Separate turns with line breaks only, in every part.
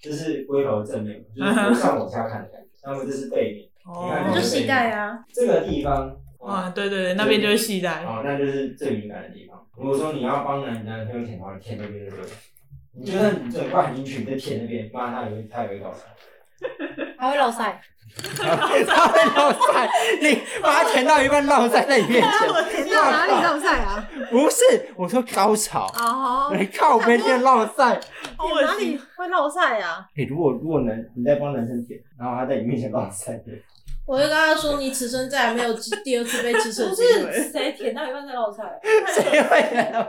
就是龟头正面， 就是由上往下看的感觉。那么这是背面，你看
那
你
哦
就
的
系带啊，
这个地方
啊，哦对对对，那边就是系带，
哦，那就是最敏感的地方。如果说你要帮男男朋友舔，然后舔那边就对了。你就算你嘴巴很进去，你在舔那边，妈他也会他也会搞出来。
还会落腮，
他会落塞， 你把它舔到一半落塞在你面前，
舔到哪里绕晒啊？
不是，我说高潮，
哦，
你靠边就落 塞。
好
舔哪里会绕晒啊？
哎、如果如果男你在帮男生舔，然后他在你面前搞塞，
我就跟他说，你此生再也没有第二次被吃屎的
不
机会。
是谁舔到一半在落腮，
谁会来？
太
哦，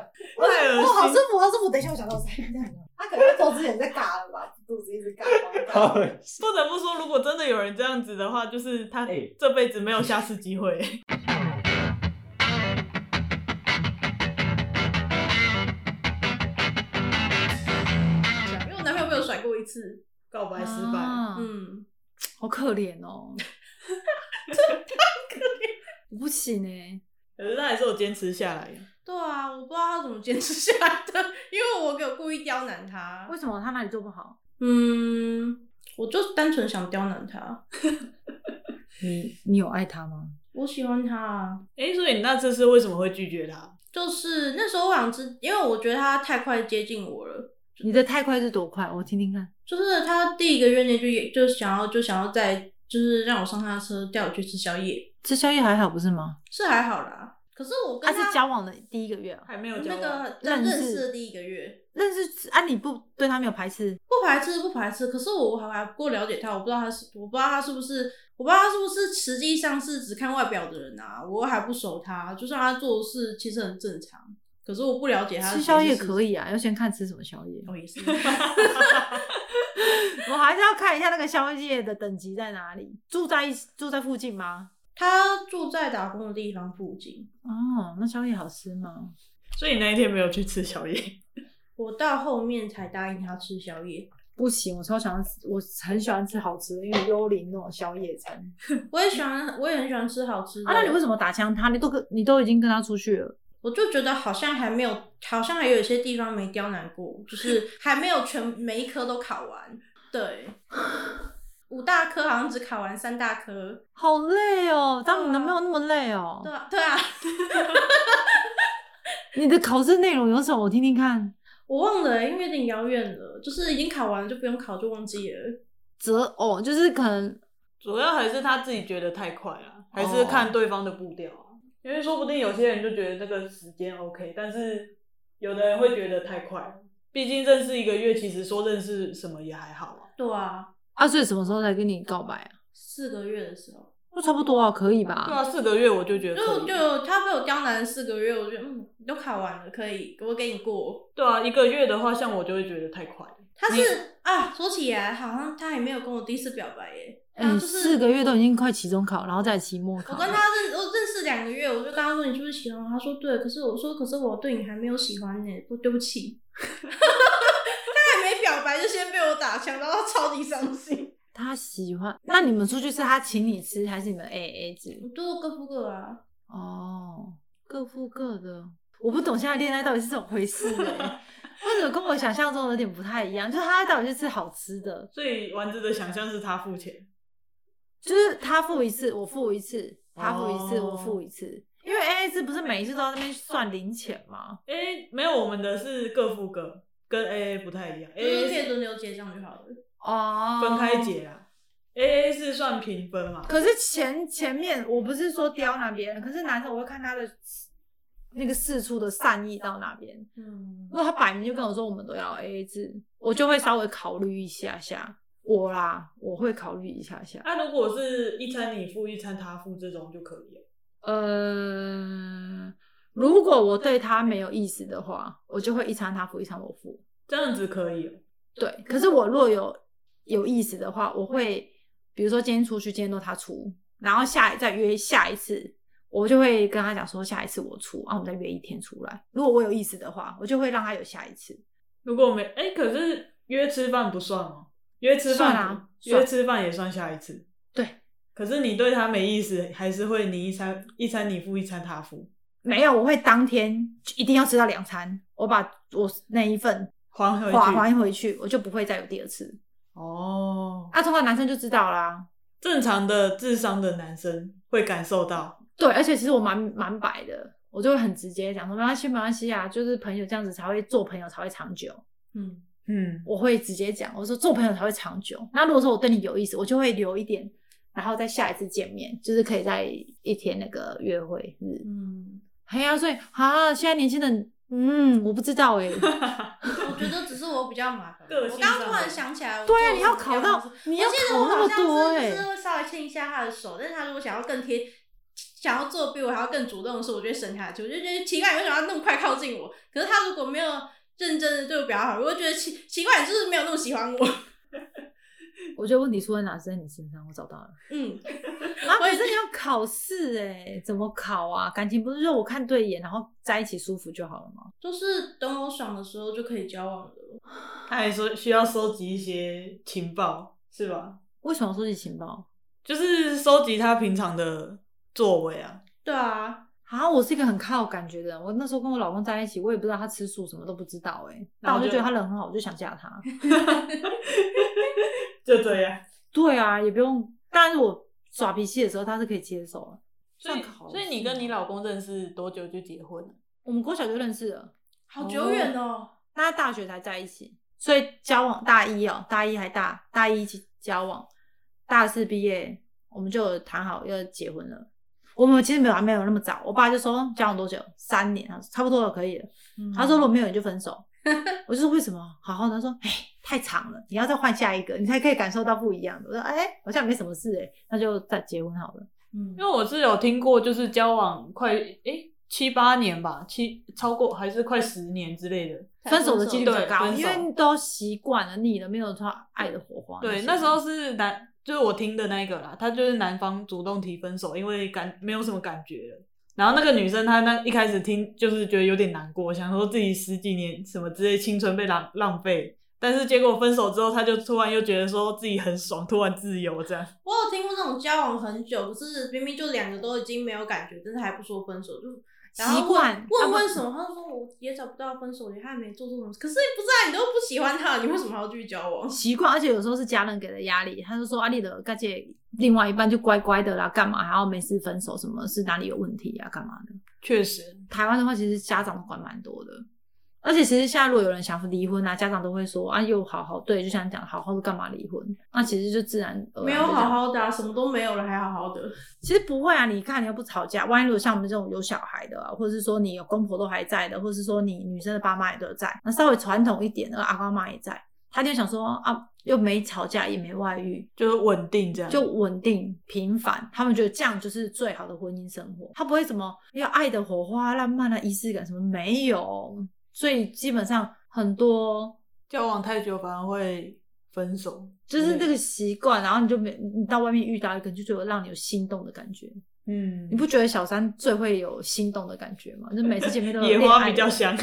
好
恶
舒
心，
服，好舒服。等一下，我想到谁？这样吗他可能在做之前在尬了吧，肚子一直尬。尬
好
不得不说，如果真的有人这样子的话，就是他
哎
这辈子没有下次 机会。
因为我男朋友被我甩过一次，
告白失败，
啊
嗯，
好可怜哦， 真的 可怜，不行哎，
可是他还是有坚持下来。
对啊，我不知道他怎么坚持下来的，因为我有故意刁难他
为。什么他哪里做不好？
嗯，我就单纯想刁难他，
你你有爱他吗？
我喜欢他啊。
哎、所以你那次是为什么会拒绝他？
就是那时候我想知，因为我觉得他太快接近我了，
你的太快是多快？我听听看。
就是他第一个月内就也就想要就想要再就是让我上他的车，带我去吃宵夜，
吃宵夜还好不是吗？
是还好啦。可是我
他
跟
是交往的第一个月啊，
还没有交
那
往，
个在
认
认
识
识的第一个月，
但是啊，你不对他没有排斥，
不排斥，不排斥。可是我还还不够了解他，我不知道他是，我不知道他是不是，我不知道他是不是实际上是只看外表的人啊。我还不熟他，就算他做事其实很正常，可是我不了解他。
吃宵夜可，以啊，要先看吃什么宵夜。
哦也是。
我还是要看一下那个宵夜的等级在哪里，住在一住在附近吗？
他住在打工的地方附近，
哦，那宵夜好吃吗？
所以你那一天没有去吃宵 夜。
我到后面才答应他吃宵夜。
不行，我超想要吃，我很喜欢吃好吃的，因为幽灵那种宵夜餐。
我也喜欢，我也很喜欢吃好吃的。
啊，那你为什么打枪他？你都跟你都已经跟他出去了，
我就觉得好像还没有，好像还有一些地方没刁难 过，就是还没有全每一科都考完。 对，五大科好像只考完三大科。
好累哦。
对
当
啊
你男朋友那么累哦
对，啊，对啊，
你的考试内容有什么？我听听看。
我忘了、因为有点遥远了，就是已经考完了就不用考，就忘记了。
择偶就是可能
主要还是他自己觉得太快了，
哦
还是看对方的步调啊。因为说不定有些人就觉得这个时间 OK，但是有的人会觉得太快了。毕竟认识一个月，其实说认识什么也还好啊。
对啊，
啊，所以什么时候才跟你告白啊？
四个月的时候，
就差不多啊，可以
对
吧？
啊，四个月我就觉得可
就
以
就他被我刁难四个月，我觉得嗯，都考完了，可以，我给你过。
对啊，一个月的话，像我就会觉得太快了。
他是啊，说起来好像他还没有跟我第一次表白耶，
哎、
然后就是
四个月都已经快期中考，然后再期末考。
我跟他认我认识两个月，我就跟他说你是不是喜欢我？他说对，可是我说可是我对你还没有喜欢呢、不对不起。 他还没表白就先被我打枪，然后超级伤心。
他喜欢，那你们出去是他请你吃，还是你们 A A 制？
都各付各啊，
哦，各付各的。我不懂现在恋爱到底是怎么回事、 欸，为什么跟我想象中有点不太一样？就是他到底是吃好吃的，
所以丸子的想象是他付钱，
就是他付一次，我付一次，他付一次，
哦
我付一次。因为 A A 制不是每一次都要那边算零钱吗？
哎、没有我们的是各付各，跟 AA 不太一样
就是可以
，AA
轮流结账就好了。
哦，
分开结啊，AA 是算平分嘛。
可是前前面我不是说刁难别人，可是男生我会看他的那个事出的善意到哪边。
嗯
如，果他摆明就跟我说我们都要 A A 制，我就会稍微考虑一下下。我啦，我会考虑一下下。
啊那、如果是一餐你付，一餐他付这种就可以了。
呃，如果我对他没有意思的话，我就会一餐他付，一餐我付。
这样子可以哦。
对，可是我若有有意思的话，我会比如说今天出去，今天都他出，然后下再约下一次，我就会跟他讲说下一次我出，啊，我们再约一天出来。如果我有意思的话，我就会让他有下一次。
如果没哎、可是约吃饭不算吗？约吃饭
算啊
约吃饭也算下一次。
对，
可是你对他没意思，还是会你一餐一餐你付，一餐他付，
没有，我会当天就一定要吃到两餐，我把我那一份
还回去。
还还回去，我就不会再有第二次。
哦，
啊，通常男生就知道啦。
正常的智商的男生会感受到，
对，而且其实我蛮蛮白的，我就会很直接讲说没关系，没关系啊，就是朋友这样子才会做朋友才会长久。
嗯，
嗯，
我会直接讲，我说做朋友才会长久。那如果说我对你有意思，我就会留一点，然后再下一次见面，就是可以在一天那个约会日。
嗯，
哎呀、所以啊，现在年轻人，嗯，我不知道 哎、
我觉得只是我比较麻烦。
个性
我刚
上
刚突
的
然想起来，我
对啊，
做
你
什
要
么
考
样
到
子，
你
我
要
记得
考
我
那
好
么多
像
哎、
是就是会稍微牵一下他的手，但是他如果想要更贴，想要做比我还要更主动的事，我就会伸他的球，我就觉得奇怪，为什么要那么快靠近我？可是他如果没有认真的对我比较好，我会觉得奇奇怪，你就是没有那么喜欢我。
我觉得问题出在哪是在你身上，我找到了。
嗯，
啊，可是你要考试哎、怎么考啊？感情不是说我看对眼，然后在一起舒服就好了吗？
就是等我爽的时候就可以交往了。
他还说需要收集一些情报，是吧？
为什么收集情报？
就是收集他平常的作为啊，
对啊，
啊，我是一个很靠感觉的人。我那时候跟我老公在一起，我也不知道他吃素，什么都不知道哎、
然
但
后
我就
就
觉得他人很好，我就想嫁他。
就这样。
对啊，也不用。但是我耍脾气的时候，他是可以接受的。
所以
算
啊
考，
所以你
试
跟你
吗
老公认识多久就结婚了？
啊我们国小就认识了，
好久远哦。
那大学才在一起，所以交往大一哦、大一还大大一一起交往，大四毕业我们就有谈好要结婚了。我们其实没有还没有那么早，我爸就说交往多久？三年，他说差不多了，可以了。他说如果没有你就分手，我就说为什么？好好的，他说哎太长了，你要再换下一个，你才可以感受到不一样的。我说哎好像没什么事哎、那就再结婚好了。
嗯
因为我是有听过，就是交往快诶七八年吧，七超过还是快十年之类的。
分手的几率比较高，
对分
因
手
为都习惯了腻了，没有说爱的火花些。
对，那时候是男，就是我听的那一个啦，他就是男方主动提分手，因为感没有什么感觉了。然后那个女生她那一开始听就是觉得有点难过，想说自己十几年什么之类青春被浪浪费，但是结果分手之后，她就突然又觉得说自己很爽，突然自由这样。
我有听过那种交往很久，可是明明就两个都已经没有感觉，但是还不说分手，就然后
习惯
问问为什
么？
么？他就说我也找不到分手，你还没做这种事。可是不是啊，你都不喜欢他，你为什么还要继续交 往？
习惯，而且有时候是家人给的压力，他就说阿丽的，干姐另外一半就乖乖的啦，干嘛还要没事分手？什么是哪里有问题啊？干嘛的？
确实，
台湾的话，其实家长管蛮多的，而且其实现在如果有人想离婚啊，家长都会说啊，又好好对，就像你讲好好的干嘛离婚？那其实就自然而然
没有
就这
好
样
好的、啊，什么都没有了，还好好的。
其实不会啊，你看你又不吵架，万一如果像我们这种有小孩的、啊，或者是说你有公婆都还在的，或者是说你女生的爸妈也都在，那稍微传统一点的阿公妈也在，他就想说啊，又没吵架，也没外遇，
就是稳定这样。
就稳定平凡，他们觉得这样就是最好的婚姻生活，他不会什么要爱的火花、浪漫啊的仪式感什么没有，所以基本上很多
交往太久反而会分手，
就是这个习惯，然后你就没你到外面遇到一个，就觉得让你有心动的感觉。
嗯
你，不觉得小三最会有心动的感觉吗？就每次见面都有
野
恋
花
爱
比较
的
香，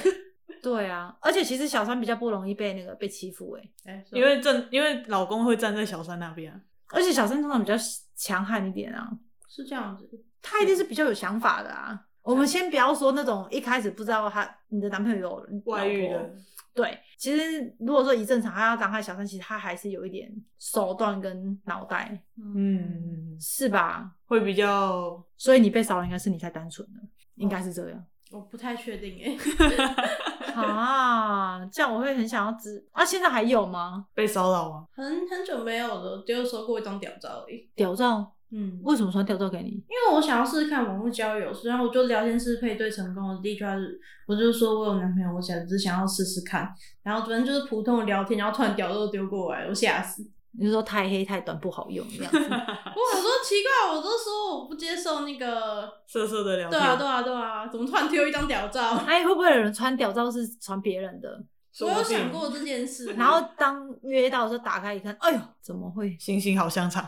对啊，而且其实小三比较不容易被那个被欺负哎、
哎，
因为正因为老公会站在小三那边啊、
而且小三通常比较强悍一点啊，
是这样子，
他一定是比较有想法的啊。我们先不要说那种一开始不知道他你的男朋友有
外遇
老婆
的，
对，其实如果说一正常，他要当他小三，其实他还是有一点手段跟脑袋，
嗯，
是吧？
会比较
所以你被骚扰应该是你太单纯了，应该是这样。
我不太确定哎、
哦
啊，这样我会很想要知啊，现在还有吗？
被骚扰啊。
很很久没有了，只有收过一张屌照而已。
屌照？
嗯，
为什么传屌照给你？
因为我想要试试看网络交友，然后我就聊天室配对成功的第一句话是，我就说我有男朋友，我想只想要试试看。然后反正就是普通的聊天，然后突然屌都丢过来，我吓死。
你就说太黑太短不好用这样子。
我想说奇怪，我都说我不接受那个，
色色的聊
对
天，
啊对啊对啊，怎么突然丢一张屌照？
哎，会不会有人传屌照是传别人的？
说
我
不
有
定
想过这件事，
然后当约到的时候打开一看，哎呦，怎么会？
星星好香肠，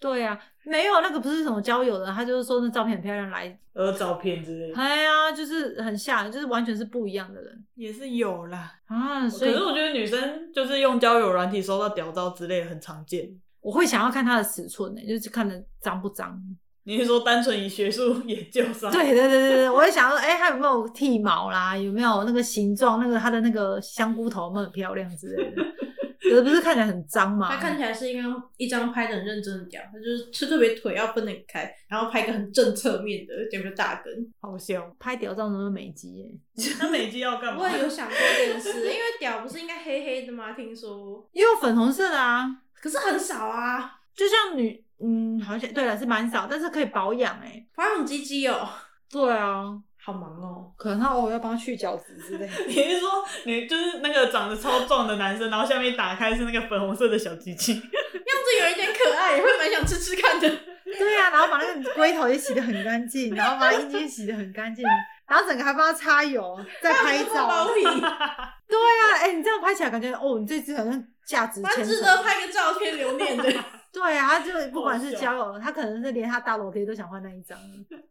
对呀、没有那个不是什么交友的，他就是说那照片很漂亮来，
呃，照片之类的
哎呀，就是很吓人，就是完全是不一样的人
也是有啦。
啊。所
可
以
是我觉得女生就是用交友软体收到屌照之类的很常见。
我会想要看他的尺寸呢、就是看的脏不脏。
你是说单纯以学术研究上？
对对对对对，我会想说，哎、他有没有剃毛啦？有没有那个形状？那个他的那个香菇头有没有很漂亮之类的？有的不是看起来很脏吗？
他看起来是一张一张拍的很认真的屌，他就是就特别腿要分得很开，然后拍一个很正侧面的，结果就大根。
好笑。
拍屌照都是美肌耶，
那美肌要干嘛
我？也有想过这件事，因为屌不是应该黑黑的吗？听说，
也有粉红色的啊，
可是很少啊，
就像女嗯，好像对了是蛮少，但是可以保养哎。
保养鸡鸡哦，
对啊，
好忙哦。
可能他偶尔要帮他去角质之类的。
你是说你就是那个长得超壮的男生，然后下面打开是那个粉红色的小鸡鸡？
样子有一点可爱，也会蛮想吃吃看的。
对啊，然后把那个龟头也洗得很干净，然后把阴茎洗得很干净，然后整个还帮他擦油，再拍
包
照。
皮，
对啊，哎、你这样拍起来感觉哦，你这只好像价值
蛮
千
值
层
得。拍个照片留念的。
对啊，他就不管是交友，他可能是连他大裸贴都想换那一张，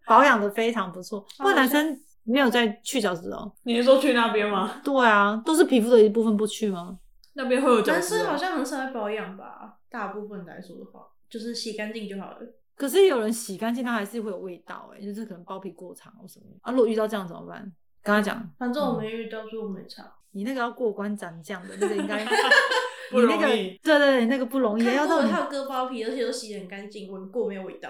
保养的非常不错。不过男生没有再去角质哦。
你是说去那边吗？
对啊，都是皮肤的一部分不去吗？
那边会有角
男
质
生 好
哦？
像很少在保养吧，大部分来说的话，就是洗干净就好了。
可是有人洗干净，它还是会有味道、哎，就是可能包皮过长或什么的啊。如果遇到这样怎么办？跟他讲，
反正我没遇到，所以我没查。
你那个要过关斩将的，那个应该
不容易
你那个对对对，那个不容易，
看
要
过
到你
还有割包皮，而且都洗得很干净，闻过没有味道。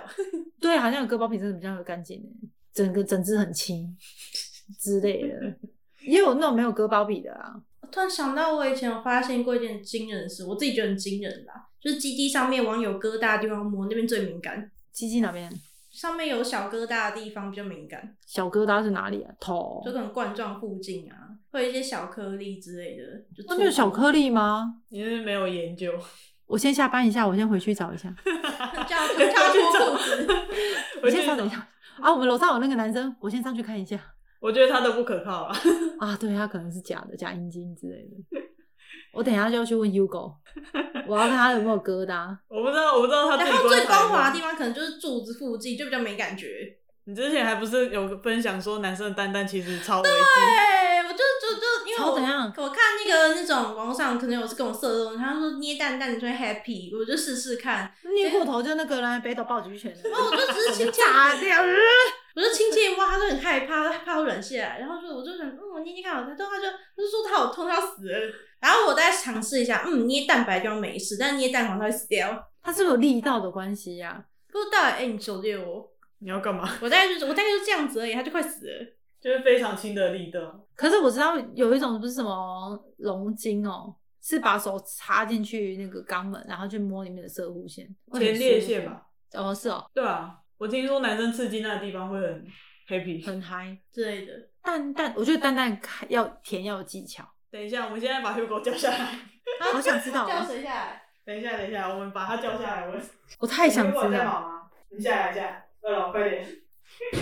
对，好像有割包皮真的比较干净耶，整个整只很轻之类的。也有那种没有割包皮的啊，
我 突然想到，我以前有发现过一件惊人的事，我自己觉得很惊人啦，就是基地上面往有疙瘩的地方摸，那边最敏感，
鸡鸡哪边
上面有小疙瘩的地方比较敏感，
小疙瘩是哪里啊？头
就可能冠状附近啊，会有一些小颗粒之类的。就
哦那没有小颗
粒，
粒吗？
你是没有研究，
我先下班一下，我先回去找 一下。
叫叫脱裤子。
我
我
觉
先稍等一
得
下啊，我们楼上有那个男生，我先上去看一下
我觉得他的不可靠啊。
啊。对他可能是假的，假阴茎之类的。我等一下就要去问 Hugo，我要看他有没有疙瘩。
我不知道，我不知道他自
然
己
哎后最光滑的
地
地方可能就是柱子附近，就比较没感觉。
你之前还不是有分享说男生的蛋蛋其实超危机？
对，我就就就因为
超
我
怎样
我看那个那种网络上可能有这种色东西，他说捏蛋蛋你就会 happy，我就试试看。
虐过头就那个啦，北斗暴菊拳的，
然后我就只是轻 轻，
哦假的。
我就轻轻一摸，他就很害怕，他怕我软下来。然后就我就想，嗯，我捏捏看好，他就他就他就说他好痛，他要死了。然后我再尝试一下，嗯，捏蛋白就没事，但捏蛋黄它会死掉。
他是不是有力道的关系呀、
不知道哎、你求救我，
你要干嘛？
我大概就是我大概就这样子而已，他就快死了。
就是非常轻的力道。
可是我知道有一种不是什么龙筋哦，是把手插进去那个肛门，然后去摸里面的射护线，会很
前列
舒服
腺吧？
哦，是哦，
对啊，我听说男生刺激那个地方会很 happy。
很嗨。
之类的，
蛋蛋，我觉得蛋蛋开要甜要有技 巧，
等一下，我们现在把 Hugo 叫下来。
好想知道哦、
叫谁下来？
等一下，等一下，我们把他叫下来。我
我太想知
Hugo 在
道。
忙吗？你下来，下来，二楼快点。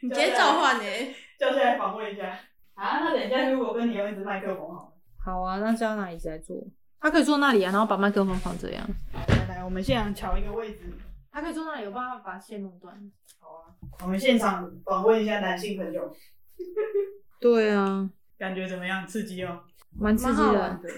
你直接召唤呢、欸
叫下来访问一下。啊，那等一下 Hugo 跟你用一支麦克风好了。
好啊，那就要哪里来做？他可以坐那里啊，然后把麦克风放这样。
来来，我们现场瞧一个位置。
他可以坐那里，有办法把线弄断。
好啊，我们现场访问一下男性朋友，
对啊，
感觉怎么样？刺激哦！
蛮刺
蛮
激
好
的
玩。的。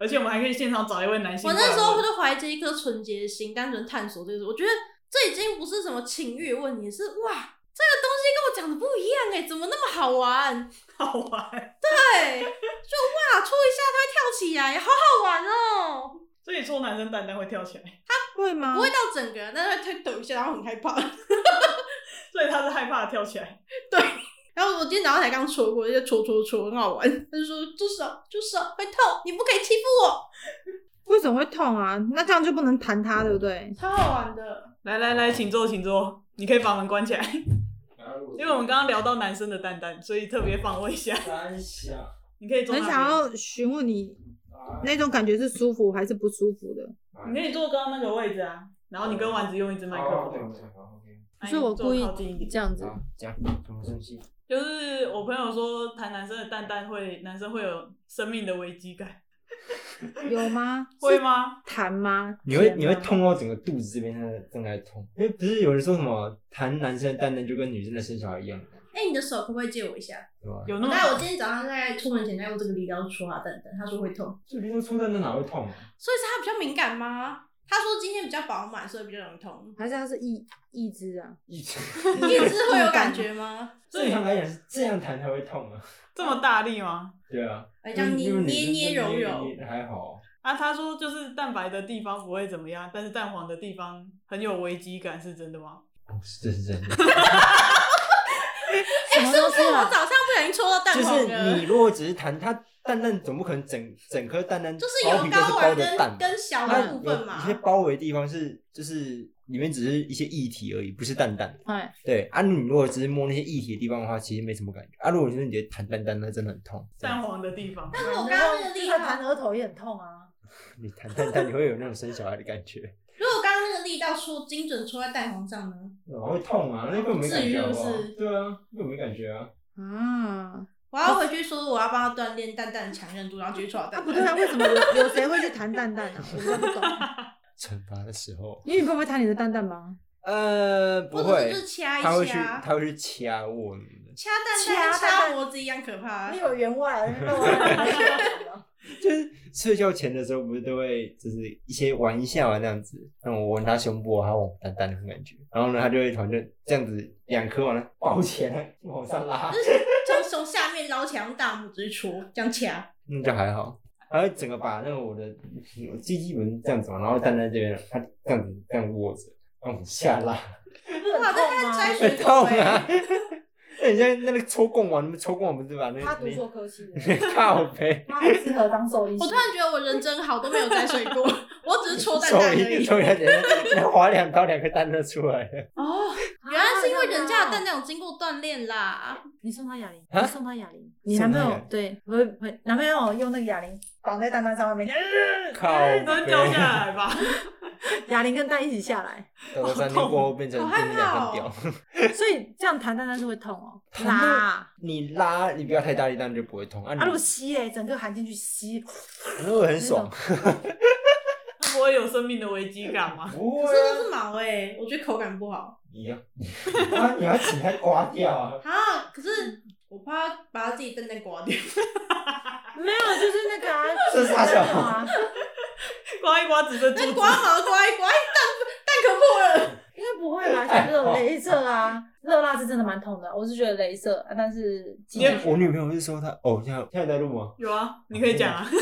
而且我们还可以现场找一位男性
我
伴
那
侣。
时候就怀着一颗纯洁的心，单纯探索这个。我觉得这已经不是什么情欲问题，是哇，这个东西跟我讲的不一样哎、怎么那么好玩？
好玩。
对，就哇，戳一下它会跳起来，好好玩哦！
所以说男生蛋蛋会跳起来，
会吗
不会到整个人，但是会抖一下，然后很害怕。
所以他是害怕地跳起来。
然后我今天早上才刚戳过，就戳戳戳，很好玩。他就说：“住手，住手，会痛，你不可以欺负我。
为什么会痛啊？那这样就不能弹它，对不对”？
超好玩的，
来来来，请坐，请坐。你可以把门关起来， 因为我们刚刚聊到男生的蛋蛋，所以特别访问一下。
三下
你可以坐，
很想，要询问你
啊，
那种感觉是舒服还是不舒服的？
啊
你可以坐刚刚那个位置啊。然后你跟丸子用一支麦克
哦对
风，
我想到，OK
哎
是我
你坐
故意
靠近一点。
这样子，
好，这样怎么生气？
就是我朋友说，谈男生的蛋蛋会，男生会有生命的危机感，
有吗？
会吗？
弹吗？
你会你会痛到整个肚子这边在正在痛，因为不是有人说什么弹男生的蛋蛋就跟女生的生小孩一样，
哎、你的手可不可以借我一下？
对吧？
有那
但我
么
今天早上在出门前在用这个力道戳他蛋蛋，他说会痛，
这平常出蛋蛋哪会痛啊？
所以是他比较敏感吗？他说今天比较饱满，所以比较容易 痛。
还是它是一一只啊？
一直
一只会有感觉吗？
正常来讲是这样弹才会痛啊。
这么大力吗？
对啊，
哎，这样捏
因为
捏捏揉揉，
捏还好。
啊，他说就是蛋白的地方不会怎么样，但是蛋黄的地方很有危机感，是真的吗？
哦，是这是真的。
什
哎，
么
是
都
不是
吃
我
啊？
早上不小心戳到
就
蛋黄
是
了
你？如果只是弹，它蛋蛋总不可能整整颗蛋蛋，
就是
包
有
皮都是
睾丸
包的
跟
蛋，
跟小
它
的
有
部分嘛
有。些包围的地方是就是里面只是一些液体而已，不是蛋蛋。
哎，
对啊，你如果只是摸那些液体的地方的话，其实没什么感觉啊。如果你是你觉得弹蛋蛋，那真的很痛。
蛋黄的地方，
但是我刚刚那个
就
力
算
道，
弹额头也很痛啊。
你弹蛋蛋，你会有那种生小孩的感觉。
如果刚刚那个力道戳精准戳在蛋黄上呢？
我会痛啊，那根本没感觉好不好
至于是不是？
对啊，根本没感觉啊。
啊，
我要回去说我要帮他锻炼蛋蛋的强韧度，然后继续戳好
啊，
蛋
不
蛋。
对啊，为什么有有谁会去弹蛋蛋啊？我真的不懂。
惩罚的时候，
你女朋友会弹你的蛋蛋吗？
呃，不
或者
会
是，就是掐一啊
他会去，
掐，
他会去掐我你的，
掐蛋蛋
掐蛋
掐
蛋
脖子一样可怕
你。有员外啊，那 边弄啊
就是睡觉前的时候，不是都会就是一些玩一下嘛，那样子，那我闻他胸部，他我蛋蛋那种感觉，然后呢，他就会反正这样子两颗完了抱起来
往上拉，
从从下面捞起来，用大拇指戳，这样掐。
那就还好。还会整个把那个我的我鸡鸡纹这样子嘛，然后站在这边，他这样子这样握着，然后往下拉，
哇，那他摘
会
水
痛
果哎、
啊！那你像那个抽贡丸，你们抽贡丸不是把那
他读
那
错科系的，
靠背，
他很适合当兽医师。
我突然觉得我人真好，都没有摘水果，我只是戳蛋
抽
蛋而
一
已。
抽一下，那划两刀，两颗蛋都出来 了。
哦，原啊来是因为人
啊
家的蛋蛋有经过锻炼啦。
你送她哑铃，
啊
你送她哑铃，你男朋
送她哑
友
铃
对，
会会，男朋友用那个哑铃绑在蛋蛋上面，每天
靠
那
背，
掉下来吧。
哑铃跟蛋一起下来，
等到三天过后变成
好
变
害
成
怕
两
哦
根屌。
所以这样弹蛋蛋是会痛哦。
弹蛋
拉，
你拉，你不要太大力，当然就不会痛。啊你，
啊，如果吸嘞，整个含进去吸，
那会很爽，
它 不会有生命的危机感吗？
不
可
会
是那
啊。
是毛哎、我觉得口感不好
你要，啊，你要请他刮掉啊。
啊。可是我怕把它自己蛋蛋刮掉。
没有，就是那个啊，
这是啥小
没有啊，
刮一刮只剩
那
珠子
刮，毛刮一刮， 蛋蛋可破了。
应该不会吧？像这种镭射啊，热辣是真的蛮痛的。我是觉得镭射，啊但是
你也
我女朋友是说她哦，现在现在在录吗？
有啊，你可以讲啊。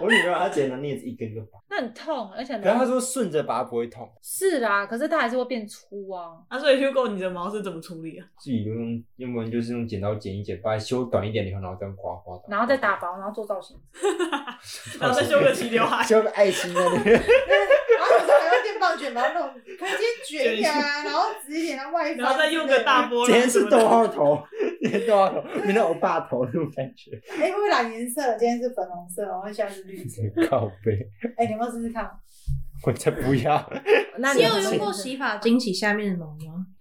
我女朋友她剪了镊子一根就拔，
那很痛，而且
可是她说顺着拔不会痛，
是啦，可是它还是会变粗啊。
啊，所以 Hugo 你的毛是怎么处理啊？
自己用，要不然就是用剪刀剪一剪，把它修短一点以后，然后这样刮刮。
然后再打薄，然后做造 型，
然后再修个齐刘海，
修个爱心在那边，
然后有时候还用电棒卷把它弄，可以先卷一点啊，然后直一点，然后外翻
然后再用个大。波
今
浪
天
什
是啊
么的。
逗号头，今天逗号头，明天欧巴头那种感觉，
哎，会染颜色，今天是粉红色，然后下次绿色。
靠背，
哎，你们试试看。
我才不要。
那
你
你
有用过洗发精洗下面的毛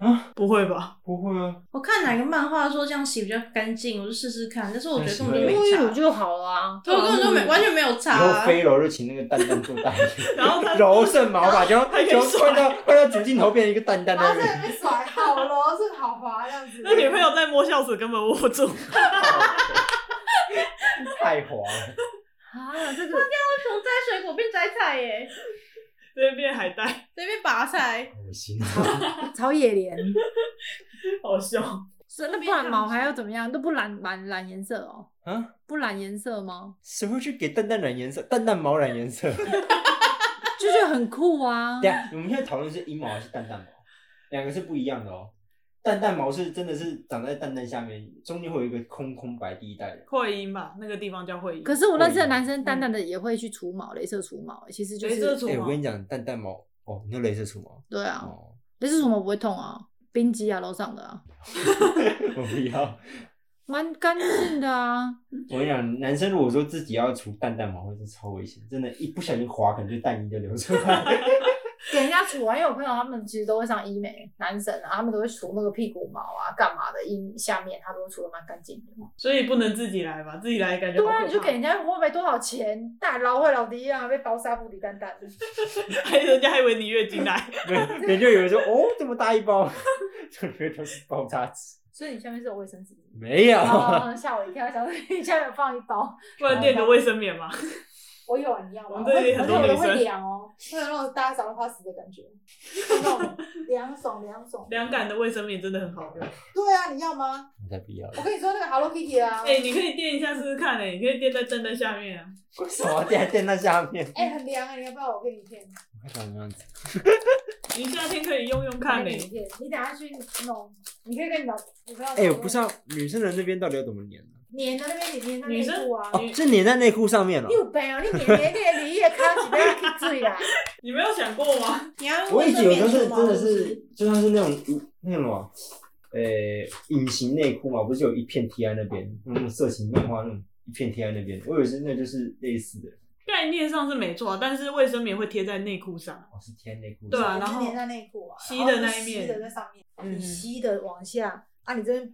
吗？
不会吧？
不会啊，
我看哪个漫画说这样洗比较干净，我就试试看。但是我觉得根本就
沐
没
浴乳
差，
就好了啊，
对我根本就没完全没有差、
以后
啊。
飞柔就请那个蛋蛋做代言，
然后他
柔顺毛发，就
还可以
就
甩
换到换到主镜头变成一个蛋蛋
然
在那
后
边
在。那边甩，好咯，是好滑这样子。
那女朋友在摸笑死，根本握不住。
太滑了，
啊，这个
从摘水果变摘菜耶，
这边变海带，
随便拔菜。
恶心！
草野莲，
好笑。
是那不然毛还要怎么样？都不染染染颜色哦，
啊，
不染颜色吗？
谁会去给蛋蛋染颜色？蛋蛋毛染颜 色？等
就觉得很酷啊
一。下我们现在讨论是阴毛还是蛋蛋毛，两个是不一样的哦。蛋蛋毛是真的是长在蛋蛋下面，中间会有一个空空白地带的。
会阴吧，那个地方叫会阴。
可是我认识的男生
嗯
淡淡的也会去除毛，镭射除毛，欸其实就
镭射
是
除
哎、我
毛
跟，你讲，蛋蛋毛哦，你用镭射除毛
对啊，
哦，
镭射除毛不会痛啊，冰机啊楼上 的啊，
我不要。
蛮干净的啊。
我跟你讲，男生如果说自己要除蛋蛋毛，会是超危险，真的，一不小心滑，可能就蛋液就流出来。
给人家除啊，因为我朋友他们其实都会上医美，男生啊，他们都会除那个屁股毛啊，干嘛的阴下面，啊他都会除的蛮干净的。
所以不能自己来吧？自己来感觉
对
好可怕
啊，你就给人家会没多少钱，大老会老迪啊，被包纱布里蛋蛋的。
还人家还以为你月经来，
人就有人说，哦，这么大一包， 就里面都是爆炸纸。
所以你下面是有卫生 纸。
没有。
哦，吓我一跳，想说你下面有放一包，
不然垫个卫生棉嘛。
我有啊，你要
我
吗？
们
我
这里
会
很
而且
多
我
女
都
生
会凉哦，会有那种大家早上花死的感觉，那 种凉爽凉爽。
凉感的卫生棉真的很好用。
对啊，你要吗？
你才不要。
我跟你说那个 Hello Kitty 啊，
哎、你可以垫一下试试看哎、你可以垫在灯的下面啊。
为什么垫垫在下面？
哎、很凉啊，你要不要我给你一片？
我想这样子，
你夏天可以用用看
我
哎、
给你一片，你等下去弄，你可以跟你老女朋友。
哎、我不知道女生的那边到底要怎么粘呢、
粘在那边，你粘在
女
内
生
裤啊。
哦，是粘在内裤上面了、
你有病哦！你年年年你也看起来去醉啦，
你没有想过吗？
你要
我以前有
卫生
时候是
棉
真的
是不
是，就算是那种那种什么，呃，隐形内裤嘛，不是有一片贴在那边，那种色情漫画那种一片贴在那边，我以为是那就是类似的，
概念上是没错啊，但是卫生棉会贴在内裤上。
哦，是贴在内裤上。
对啊，然
你
后
粘在内裤啊，
吸的那一面
然后吸的在上面，
嗯
你吸的往下啊，你这边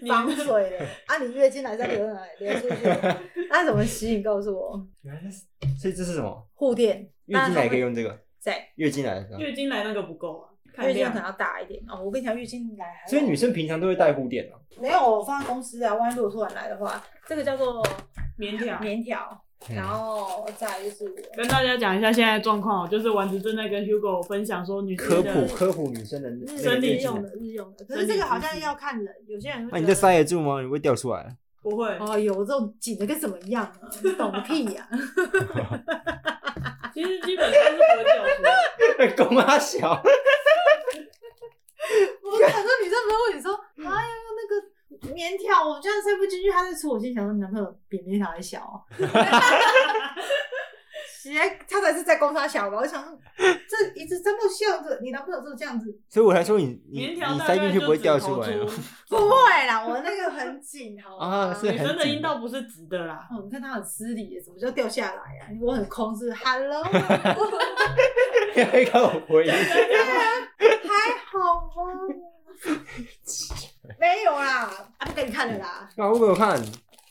你
防水嘞，啊，你月经来再流哪里流出去？ 那怎么吸？你告诉我，
原来是，所以这是什么？
护垫
月经来可以用这个，
在
月经来的时候，
月经来那个不够啊，看
月经可
量
能要大一点哦。我跟你讲，月经来还好
所以女生平常都会带护垫啊。
没有我放在公司啊，万一如果突然来的话，这个叫做
棉条。
棉条，
嗯
然后再来就是
跟大家讲一下现在的状况哦，就是丸子正在跟 Hugo 分享说女生
科
的
普科普女生的那
日
那个
生理
月
日
经
用
来。
的日用的，可是这个好像要看人，有些人
那、
会
你
觉
这
得。
塞得住吗？你会掉出 来？
不会。
哦有这种紧的跟什么样啊？你懂个屁呀、
其实基本上是不会掉出来。
狗妈小，
我就想说，女生不是问你说，
嗯
啊，要用那个棉条，我居然塞不进去，他在搓。我心想说，你男朋友比棉条还小、 哦。鞋，他才是在攻他小吧？我想说，这一直这么小的，你男朋友就这样子，
所以我才说 你你
棉
你
条大
塞
概
进
就
去不会
只
掉
头
出来啊。
不会啦，我那个很紧，好吗？
啊是
女生的阴道不是直的啦，
哦，你看他很失礼，什么叫掉下来啊？我很空是不是 ，Hello，
还看哎我回应，
还好吗？没有啦，啊，不给你看了啦，
啊，我有看，哎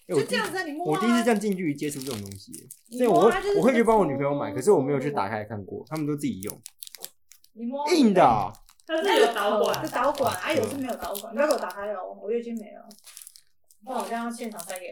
就
我
这样子啊，你摸、啊。
我第一次这样近距离接触这种东西，
你
所以
摸
我
啊就是哦
我会
这
去
个
帮我女朋友买，
搓
可是我没有去
啊
打开看过，他们都自己用，
你摸
硬的嗯啊，
它是有导管
是，导管，啊，有是没有导管，不要给我打开哦，我月经没了。那我这样现场塞给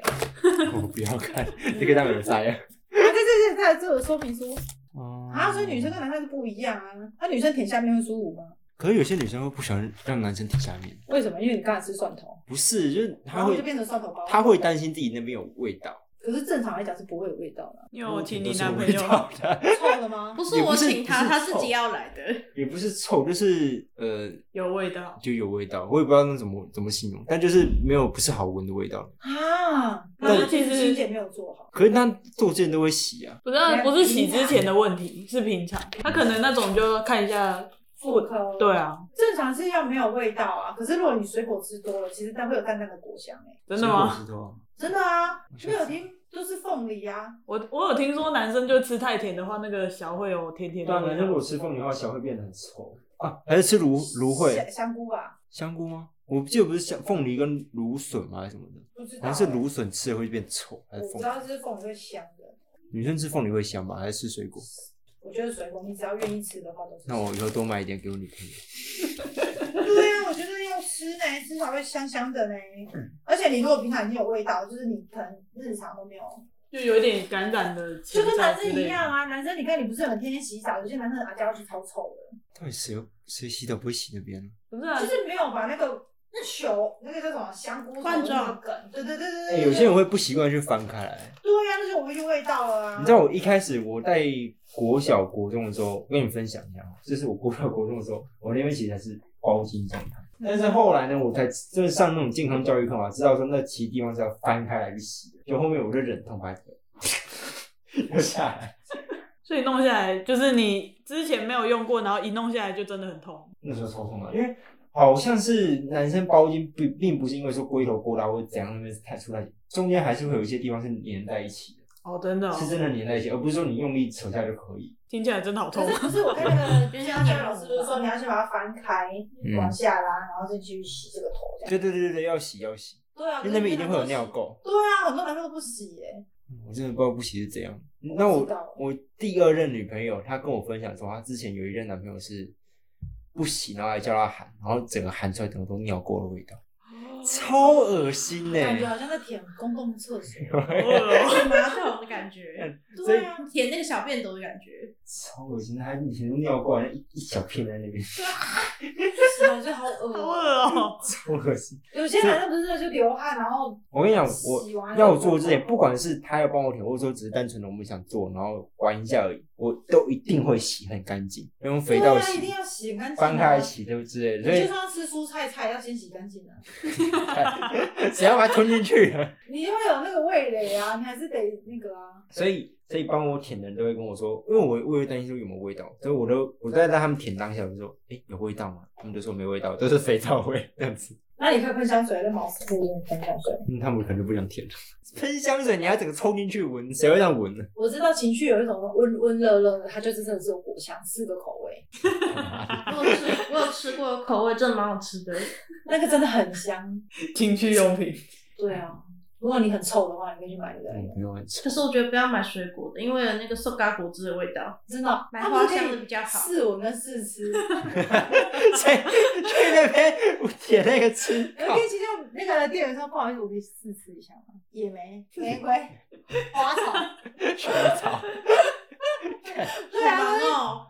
我。
我不要看，这个当然有塞啊。
对对对，他这有说明书
哦
啊，所以女生跟男生是不一样啊。那、女生舔下面会舒服吗？
可是有些女生会不喜欢让男生舔下面，
为什么？因为你刚才吃蒜头，
不是，就是
然
她
后就变
会
成蒜头包。
她会，担心自己那边有味道，
可是正常来讲是不会有味道的、
因为我请你
都是有
男朋
味
友。
道的，
臭的吗？
不是
也不
我
是
请他，
不是
他自
臭
己要来的。
也不是臭，就是呃
有味道，
就有味道，我也不知道那怎么怎么形容，但就是没有不是好闻的味道。
啊，
但
那
其实
清洁没有做好。
可是她做之前都会洗啊，
不是啊不是洗之前的问题，是平常。他可能那种就看一下
妇科
对啊，
正常是要没有味道啊，可是如果你水果吃多了，其实它会有淡淡的果香哎、
真的吗？
水果石头啊？
真的啊，没有听就是凤梨啊，
我我有听说男生就吃太甜的话，那个小会有甜甜
对啊，
的味
男生如果
道。
吃凤梨的话，小会变得很臭啊。还是吃芦芦
香
荟、
香菇吧，
香菇吗？我记得不是香凤梨跟芦笋吗？还是什么的？
不知道、
好像是芦笋吃了会变臭，还
欸，
是
我
凤
知
梨？
道是凤梨会香的。
女生吃凤梨会香吗？还是吃水果？
我觉得水果你只要愿意吃的话都是。
那我以后多买一点给我女朋友。
对啊，我觉得要吃呢，吃才会香香的呢。
嗯
而且你如果平常已经有味道，就是你可能日常都没有，
就有一点感染的
就
情
跟
在
男
之
生
类的
一样啊。男生你看你不是很天天洗澡，有些男生的阿胶是超臭的，
到底谁谁洗澡不会洗那边呢？
不是啊
就，是没有把那个那球那个叫什么香菇头
冠状
那个梗，对对对对
哎、
对。
有些人会不习惯去翻开来。
对啊，那就无异味道了啊。
你知道我一开始我在国小国中的时候，我跟你分享一下哦，就是我国小国中的时候，我那边其实还是包茎状态。但是后来呢，我才就是上那种健康教育课嘛，知道说那其实地方是要翻开来去洗的。就后面我就忍痛把它留下来，
所以弄下来就是你之前没有用过，然后一弄下来就真的很痛。
那时候超痛的，因为好像是男生包茎并并不是因为说龟头过大或者怎样那边太出来，中间还是会有一些地方是粘在一起的，
哦，真的哦，
是真的粘在一起，而不是说你用力扯下就可以。
听起来真的好
可
痛。
是不是我看那个
就
就是是
像你
老师不是说你要先把它翻开，
嗯
往下拉，然后再继续洗这个头这样。
对对对对对，要洗要洗，
对啊
因为那边一定会有尿。垢。
对啊，很多男生都不洗耶。
我真的不知道不洗是怎样。那
我
我
知道
我第二任女朋友，她跟我分享说，她之前有一任男朋友是不洗，然后还叫她喊，然后整个喊出来，整个都尿过的味道，
哦
超恶心呢、
感觉好像在舔公共厕所，
哦
马桶，感觉，
所以
对啊，舔那个小便斗的感觉，
超恶心，他以前尿过来一一小片在那边，
是啊，就好恶
好恶
哦。
哦、
超恶心。
有些男生不是就流汗，然后
我跟你讲，
洗完
我
了
要我做之前，不管是他要帮我舔，或者说只是单纯的我们想做，然后玩一下而已，我都一定会洗很干净，用肥皂
对啊，一
洗、
定要洗干净、啊，
翻开。洗都之类的。所
你就
以
像吃蔬菜菜要先洗干净啊，
只要把它吞进去 了。
你会有那个味蕾啊，你还是得那个啊。
所以所以帮我舔的人都会跟我说，因为我我也会担心说有没有味道，所以我都我在让他们舔当下，我就说，哎、有味道吗？他们就说没味道，都是肥皂味这样子。
那你可以喷香水，在毛巾里面喷香水。
嗯，他们可能不想舔。喷香水你还整个冲进去闻，谁会这样闻呢？
我知道情绪有一种温温热热的，它就是真的是有果香四个口味，
我有吃，我有吃过，口味真的蛮好吃的。
那个真的很香。
情趣用品，
对啊，如果你很臭的话，你可以去买那个，
嗯，不用很臭
可是我觉得不要买水果的，因为有那个塑胶果汁的味道。
真的哦
买
它不是
花香
可以
的比较好
试闻跟试吃，
谁去那边 舔那个 吃？
我可以去叫那个店员说不好意思，我可以试吃一下吗？野莓、玫瑰、花草，
全 草，
对啊
好忙哦，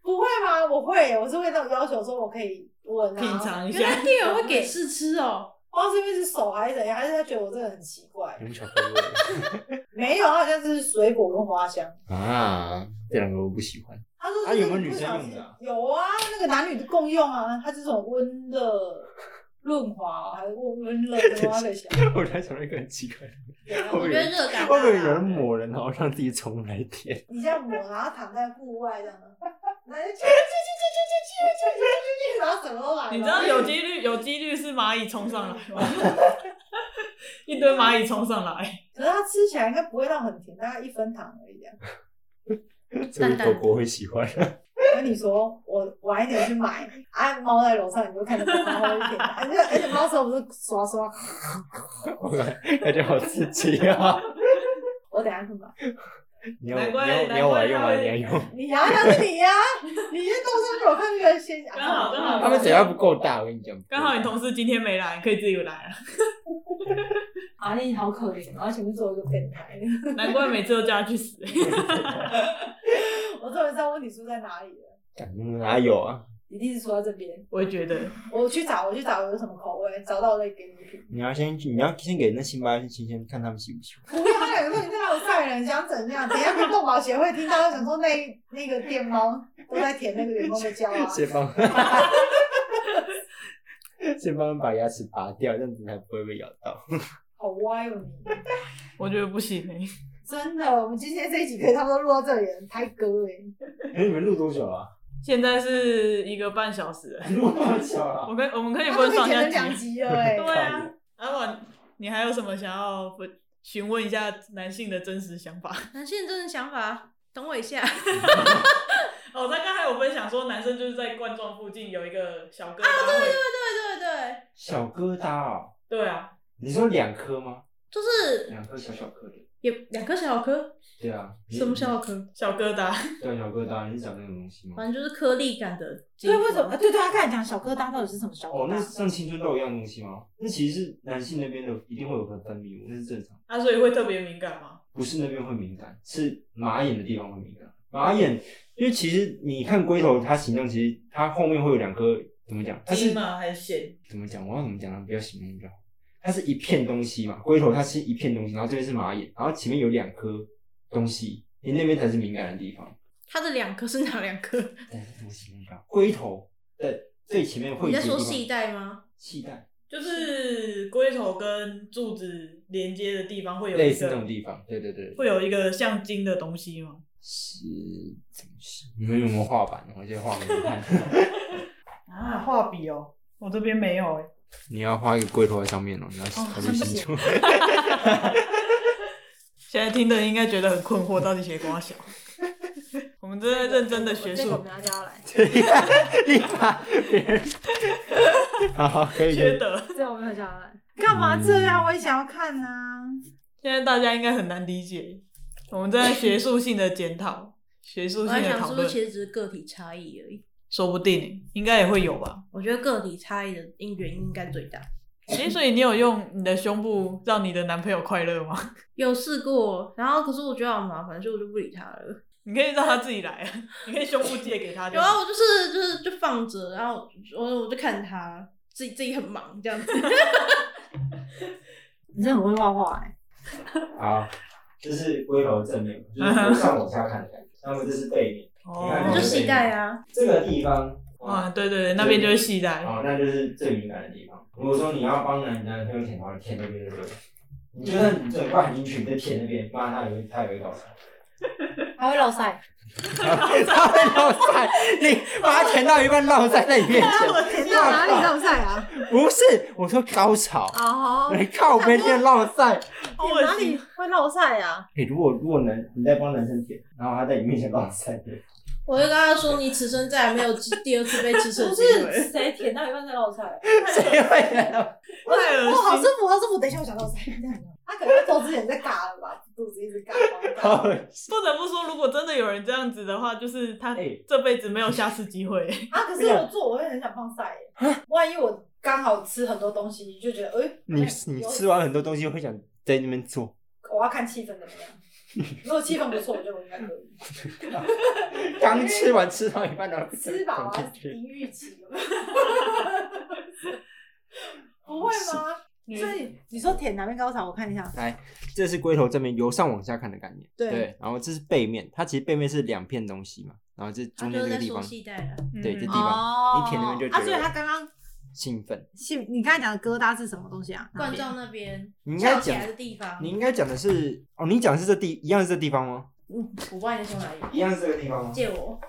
不会吗？我会，我是会那种要求说我可以闻啊，
品尝一
原
下。
来店员会给试吃哦。
不知道这边是手还是怎样，还是他觉得我这个很奇怪？
有巧克力 味
没有，他好像是水果跟花香。
啊？这两个我不喜欢。
他说
啊
是
有没有
你
女
不
生
小
用
心
的啊
有啊，那个男女的共用啊，它这种温热润滑还是温温热的花水香。
我在想到一个很奇怪的，会不
我
会
觉
有
得
人
热感大
会不会有人
大。
抹人，然后让自己冲来舔？
你这样抹，然后躺在户外这样，来去去去去去去去去去去，然后什么都来了。
你知道有几率有几率是蚂蚁冲上来 吗？一堆蚂蚁冲上来，
可是它吃起来应该不会到很甜，大概一分糖而已啊这样。
所以狗狗会喜 欢。
我跟你说，我晚一点去买，啊，猫在楼上，你就看得到它会舔，而且而且猫舌不是刷刷，
感觉好刺激啊！
我等一下去买。
你要
难
你
怪
要你
难
要我
怪
来用
他
吗？
会
你来用。啊
你呀、那是你呀、你先动身给我看这个先。
刚好刚好
他们只要不够大，我跟你讲。
刚好你同事今天没来，可以自己来了。
啊，你好可怜，然后前面坐一个变态。
难怪每次都叫他去死。
我终于知道问题出在哪里了，
敢哪有啊？
一定是出在这边。
我也觉得，
我去找，我去找有什么口味，找到我再给你品。
你要先去，你要先给那辛巴去亲亲，看他们喜不喜欢。
不要，他两个说你在那里晒人，想怎样？等一下被动保协会听到，想说那那个店猫都在舔那个员工的胶 啊。
先帮， 先帮他们把牙齿拔掉，这样子才不会被咬到。
好歪哦你！
我觉得不行、欸。
真的，我们今天这一集可以差不多录到这里了，太割哎。
哎、你们录多久啊？
现在是一个半小时了，
录多久啊？
我跟我们可以
他
分
都
上
被
下
剪成两
集。
集了哎。
对啊，阿婉，你还有什么想要分询问一下男性的真实想法？
男性真的想法，等我一下。
哦，他刚才有分享说，男生就是在冠状附近有一个小疙瘩会，
啊对对对，
小疙瘩、哦，
对啊，
你说两颗吗？
就是
两颗小小颗的。
也两颗小颗，
对啊。你
什么小？颗？
小疙瘩，
你对，小疙瘩，你是讲那种东西吗？
反正就是颗粒感的。
所以为什么？啊？对对，他刚才讲小疙瘩到底是什么小
哦
疙，
那
瘩？
像青春痘一样的东西吗？那其实是男性那边的一定会有分分泌物，那是正常的。
啊，所以会特别敏感吗？
不是那边会敏感，是马眼的地方会敏感。马眼，因为其实你看龟头它形状，其实它后面会有两颗，怎么讲？它
嗯
是
金吗？还是线？
怎么讲？我要怎么讲呢？不要形容比较好。它是一片东西嘛，龟头它是一片东西，然后这边是马眼，然后前面有两颗东西，你那边才是敏感的地方。
它的两颗是哪两颗？
但是怎么形容比较好？龟头的最前 面
嗯
会
你
有
在
一个
说
地方
系带吗？
系带，
就是龟头跟柱子连接的地方会有
类
一
似那种
个，
地方。对对对，
会有一个像筋的东西吗？
是怎么是？你们有没有画板？我先画给 你看。
啊，画笔哦，我这边没有哎、
你要画一个龟头在上面哦，你要考虑清楚。
现在听的人应该觉得很困惑，到底写瓜 小？我们正在认真的学
这个我
术
们要叫他来，
你把别人，好好可以 可
缺
以。
德，
这个我们要叫他来。干嘛这样？我也想要看啊！
现在大家应该很难理解。我们正在学术性的检讨，学术
我
性
在
的
想
讨
是不是
论，
其实只是个体差异而已。
说不定、欸、应该也会有吧。
我觉得个体差异的因原因应该最大。
哎、所以你有用你的胸部让你的男朋友快乐吗？
有试过，然后可是我觉得好麻烦，所以我就不理他了。
你可以让他自己来啊，你可以胸部借给他就
有
好。
啊，我就是就是就放着，然后我我就看他自己自己很忙这样子。
哦
你真的很会画画哎、
好，这是龟头的正面， 就是由上往下看的感觉。那么这是背面，你看
那
我的
就系
背
带
面
啊，
这个地方
啊，哦对对对，那边就是系带。
哦，那就是最敏感的地方。如果说你要帮男男朋友舔的话，舔那边就对了。你就算你嘴巴很进去，你在舔那边，妈他也会他也会搞出来。
还会落
哎
塞。
他会绕赛，你把它填到一半绕赛在你面 前，
欸，到哪里绕赛啊？
不是，我说高潮，
哦
你靠边就绕 赛。
好
你
恶
哪里
心！
会落塞啊？
你如果如果男你在帮男生舔，然后他在你面前绕赛，
我就跟他说，你此生再也没有第二次被吃屎的
不
机
是
会。
谁舔到一半在落塞？
谁会来到？
太
哦，好
恶
舒
心！
服，好舒服。等一下，我想落塞。这样他可能在做之前在嘎了吧，肚子一直嘎。
好
嘎
不得不说，如果真的有人这样子的话，就是他
哎
这辈子没有下次机会。
啊，可是我做我会很想放塞耶，万一我刚好吃很多东西，就觉得哎，
你
好像
你
有
吃完很多东西会想在那边做，
我要看气氛怎么样。如果气氛不错，我觉得我应该可以。
刚吃完吃到一半然后
吃饱
躺
啊，
进去
零预期有没有不会吗？
女
所以你说舔南面高潮，我看一下。
这是龟头正面由上往下看的概念，
对
然后这是背面，它其实背面是两片东西嘛，然后这
他
中间
就是
这
在
个地
说
啊
方，
系带啊了，
对，这地
嗯
方
哦
你舔那边就觉 得
啊，所以他刚刚
兴奋。
性，你刚才讲的疙瘩是什么东西啊？哪
冠
边
状那边
你应该
翘起
讲
来的地方。
你应该讲的是哦，你讲的是这地一样是这地方吗？
我不知道你在说哪里，
一样是这个地方吗？
借我。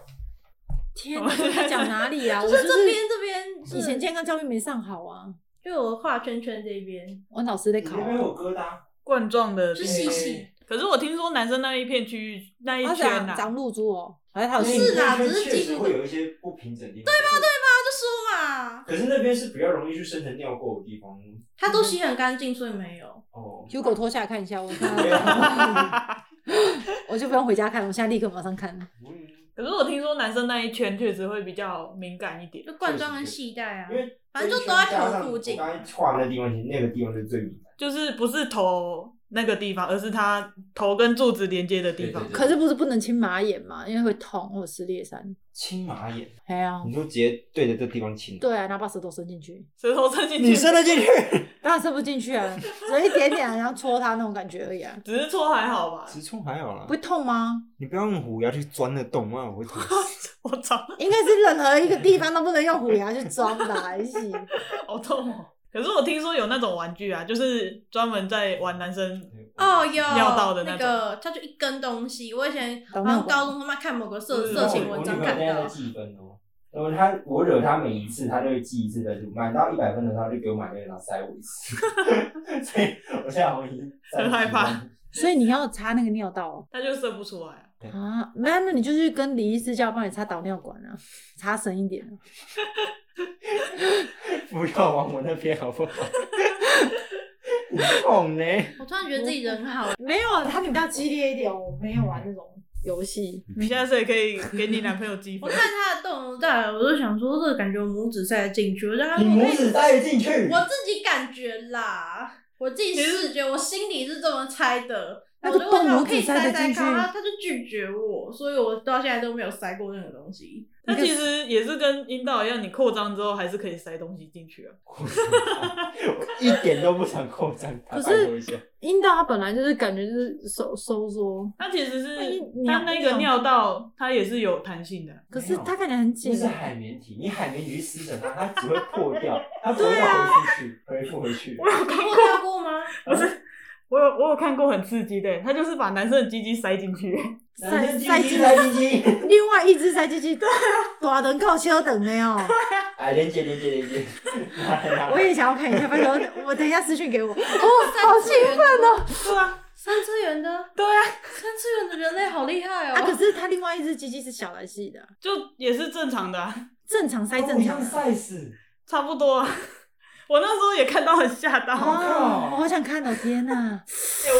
天哪，在讲哪 里啊？我
就
就是
这
是
边这边是，
以前健康教育没上好啊，
就我画圈圈这边，
我老师在
你
考
那边
啊。
有疙瘩，
冠状的
是
那
细
个
细。
可是我听说男生那一片区域那一
他
圈啊
长
呐，
长露珠哦，好像他有
不
性
是啦
那边
只是
确
几
实
乎
会有一些不平整的地方。对吧？
他就说嘛，
可是那边是比较容易去生成尿垢的地方
他都洗很干净，所以没有。
哦。
Hugo 脱下来看一下，我看
对啊
我就不用回家看，我现在立刻马上看。
嗯
可是我听说男生那一圈确实会比较敏感一点。
就冠状跟系带啊
因，为
反正就都在头附
我
近。
刚才画那地方，其实那个地方是最敏感。
就是不是头那个地方，而是它头跟柱子连接的地方。
对对对
可是不是不能亲马眼嘛，因为会痛或者撕裂伤。
青马眼，
哎呀、
你就直接对着这地方亲，
对啊，然后把舌头伸进去，
舌头伸进去，
你伸得进去？
当然伸不进去啊，只是一点点啊，然后戳它那种感觉而已啊。
只是搓还好吧？
直冲还好啦
不，会痛吗？
你不要用虎牙去钻那洞啊，我会痛死。
我操，
应该是任何一个地方都不能用虎牙去装的啊，还行。
好痛哦！可是我听说有那种玩具啊，就是专门在玩男生，
哦，有
尿道的那
那
种
个，它就一根东西。我以前
导
好
尿
像
管
高中他妈看某个色
嗯
色情文章
我女
看
朋友现在
到
在，记分哦。然后他，我惹他每一次，他就会记一次分数，满到一百分的时候，他就给我满分，然后塞我一 次。所以我现在好像已经30
很害怕
分
所以你要插那个尿道哦
他就射不出来。
啊，那那你就是跟李医师叫帮你插导尿管啊，插深一点啊。
不要往我那边好不好？你痛呢？
我突然觉得自己人很好。
没有，他比较激烈一点，我没有玩那种。
游戏
嗯
你下次也可以给你男朋友积
我
分
看。他的动作，我就想说，这个感觉我拇指塞得进去，我就跟他
你
说，
拇指塞得进 去，
我自己感觉啦，我自己视觉，我心里是这么猜的。
那
然
个
后我就问他，
动
我
拇
可以
指塞
塞
得
塞
进去
看吗，他他就拒绝我，所以我到现在都没有塞过任何东西。
那其实也是跟阴道一样，你扩张之后还是可以塞东西进去啊。
我一点都不想扩张，
可是
拜托一下
阴道它本来就是感觉就是收收缩，
它其实
那
是
你你
它
要
那
你
个
要
尿道，它也是有弹性的。
可是它看起来很紧啊
这。是海绵体，你海绵体去撕扯它，它只会破掉，它 不会
啊
再回去，回复回去。
你 有看过吗？
我有我有看过很刺激的，他就是把男生的鸡鸡塞进去。
男生
塞
进去塞进去，
另外一只塞进去，大等靠小等的哦。
哎，连接连接连接，来来
我也想要看一下，拜托我等一下私讯给我。哦，
好兴奋哦！
对啊，
三次元的，
对啊，
三次元的人类好厉害
啊，可
哦！
是它另外一只鸡鸡是小的还是细的啊？
就也是正常的、啊，
正常塞正常
哦一样
的。
size。
差不多、啊。 我那时候也看到很吓到，
靠
哦哦，我好想看哦！天哪，
哎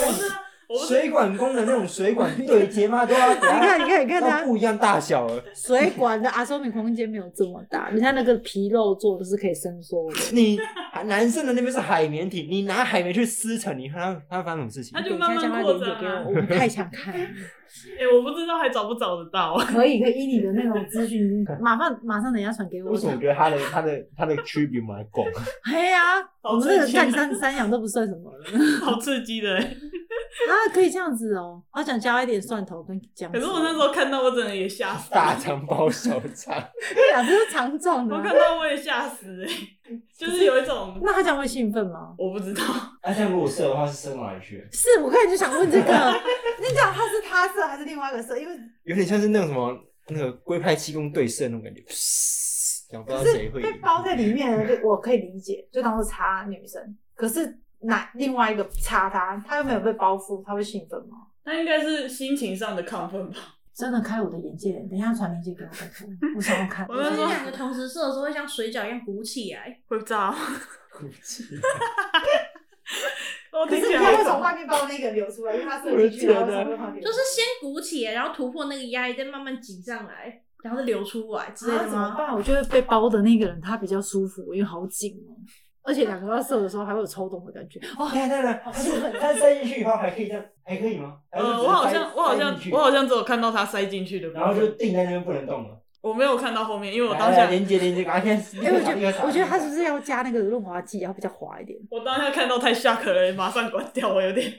我不是啊我不
水管工的那种水管对接嘛，都要给
你
它
看，你看，你看
都
它
不一样大小了。
水管的阿松米空间没有这么大，你看那个皮肉做的是可以伸缩的。
你男生的那边是海绵体，你拿海绵去撕扯，你看它它会发生什么事情
它？就
对
慢慢
你看
扩
像
张啊
它连接给我，我太想看 了。
哎、我不知道还找不找得到。啊
可以，可以，依你的那种资讯，马上马上等一下传给我。
为什么我觉得它的它的它的区别蛮广？
嘿呀、我
好
们那个
刺激啊
干三三养都不算什么了
好刺激的、欸。
啊，可以这样子哦。我想加一点蒜头跟姜
可
丝。
是我那时候看到，我真的也吓死。
大肠包小肠，
对啊，这是常撞的
我
啊、
看到我也吓死、欸， 就是有一种
那他这样会兴奋吗？
我不知道，
那像如果射的话，是射到哪里去？
是我刚才就想问这个， 你讲他是他色还是另外一个色？因为
有点像是那种什么那个龟派气功对射那种感觉，噗然后不知道谁会赢。
被包在里面的，我可以理解，就当是插女生。可是哪另外一个插他，他又没有被包覆，他会兴奋吗？
那应该是心情上的亢奋吧。
真的开我的眼界，等一下传链接给我再看，我想要看。
我
我
那
们
时候
两个同时射的时候，会像水饺一样鼓起来。
会炸，
哭泣，
我
可
听
是
起
他
来
会从外面包那个流出来，因为他射
我的
进去，然后
天哪
从外面包流出来
就是先鼓起来，然后突破那个压力，再慢慢挤上来，然后再流出来之类
啊
的
怎么
吗？
办？我觉得被包的那个人他比较舒服，因为好紧哦，而且两个要射的时候还会有抽动的感觉。
哦，等一下等一下，它是它塞进去以后还可以这样，还可以吗？还是只
呃，
是
我好
塞
像我好像
塞进去
我好像只有看到他塞进去的部分，
然后就定在那边不能动了。
我没有看到后面，因为我
来
当
来
啊
下
连接连接，赶快
哎、
先。
我觉 得我觉得他是
是。
不是要加那个润滑剂，然后比较滑一点？
我当下看到太吓客了，马上关掉，我有点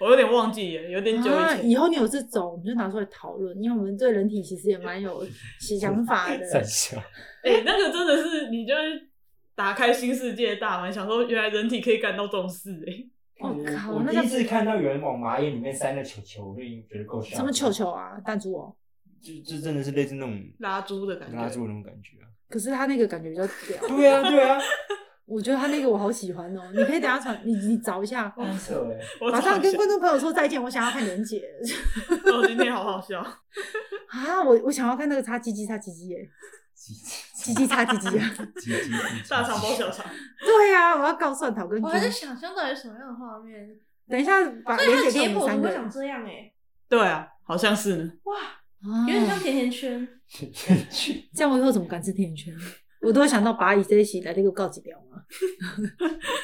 我有点忘记了，有点久以
啊，
前。
以后你有这种，我们就拿出来讨论，因为我们对人体其实也蛮有想法 的。
三小。
哎、那个真的是你就是打开新世界的大门，想说原来人体可以干到这种事哎、
我哦靠
我
啊那
第
个
一次看到有人往马眼里面塞那球球，我就已经觉得够吓。
什么球？球啊，弹珠哦。
就就真的是类似那种
拉猪的感觉
拉住那种感觉啊。
可是他那个感觉比较屌，
对啊，对 啊，
我觉得他那个我好喜欢哦。你可以等一下传，你你找一下，
很扯哎！
我
马上
超
跟
想
观众朋友说再见。我想要看莲姐
我今天好好笑，
啊，我我想要看那个擦鸡鸡擦鸡鸡耶，
叽叽
鸡鸡擦鸡鸡啊。
叽叽叽叽
大肠包小 肠，
对啊，我要告蒜头跟
我
鸡
还在想象到底什么样的画面，
等一下把
所以他
啊连
的
姐
解
看我
剖
们三
图
个
会
人
长，这样哎、欸，
对啊，好像是呢。
哇，
啊
有点像甜甜圈。
这样我以后怎么敢吃甜甜圈？我都会想到把以这一起来这个告几条嘛。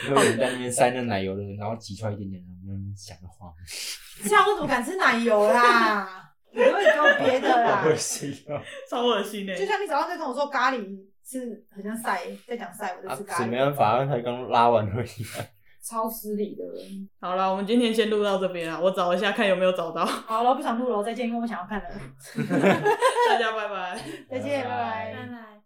有人在那边塞那奶油的，然后挤出来一点点，然后在那边想的 话，
这样我怎么敢吃奶油啦？你会搞别的
我会心啊。
超恶心欸呢、
像你早上在跟我说咖喱是很像晒，在讲晒，我
啊，是没办法，他刚拉完而已啊。
超失礼的。
好了，我们今天先录到这边啊，我找一下看有没有找到，
好了，不想录了，再见，因为我想要看了，
大家拜拜。
再见，拜拜。
拜拜。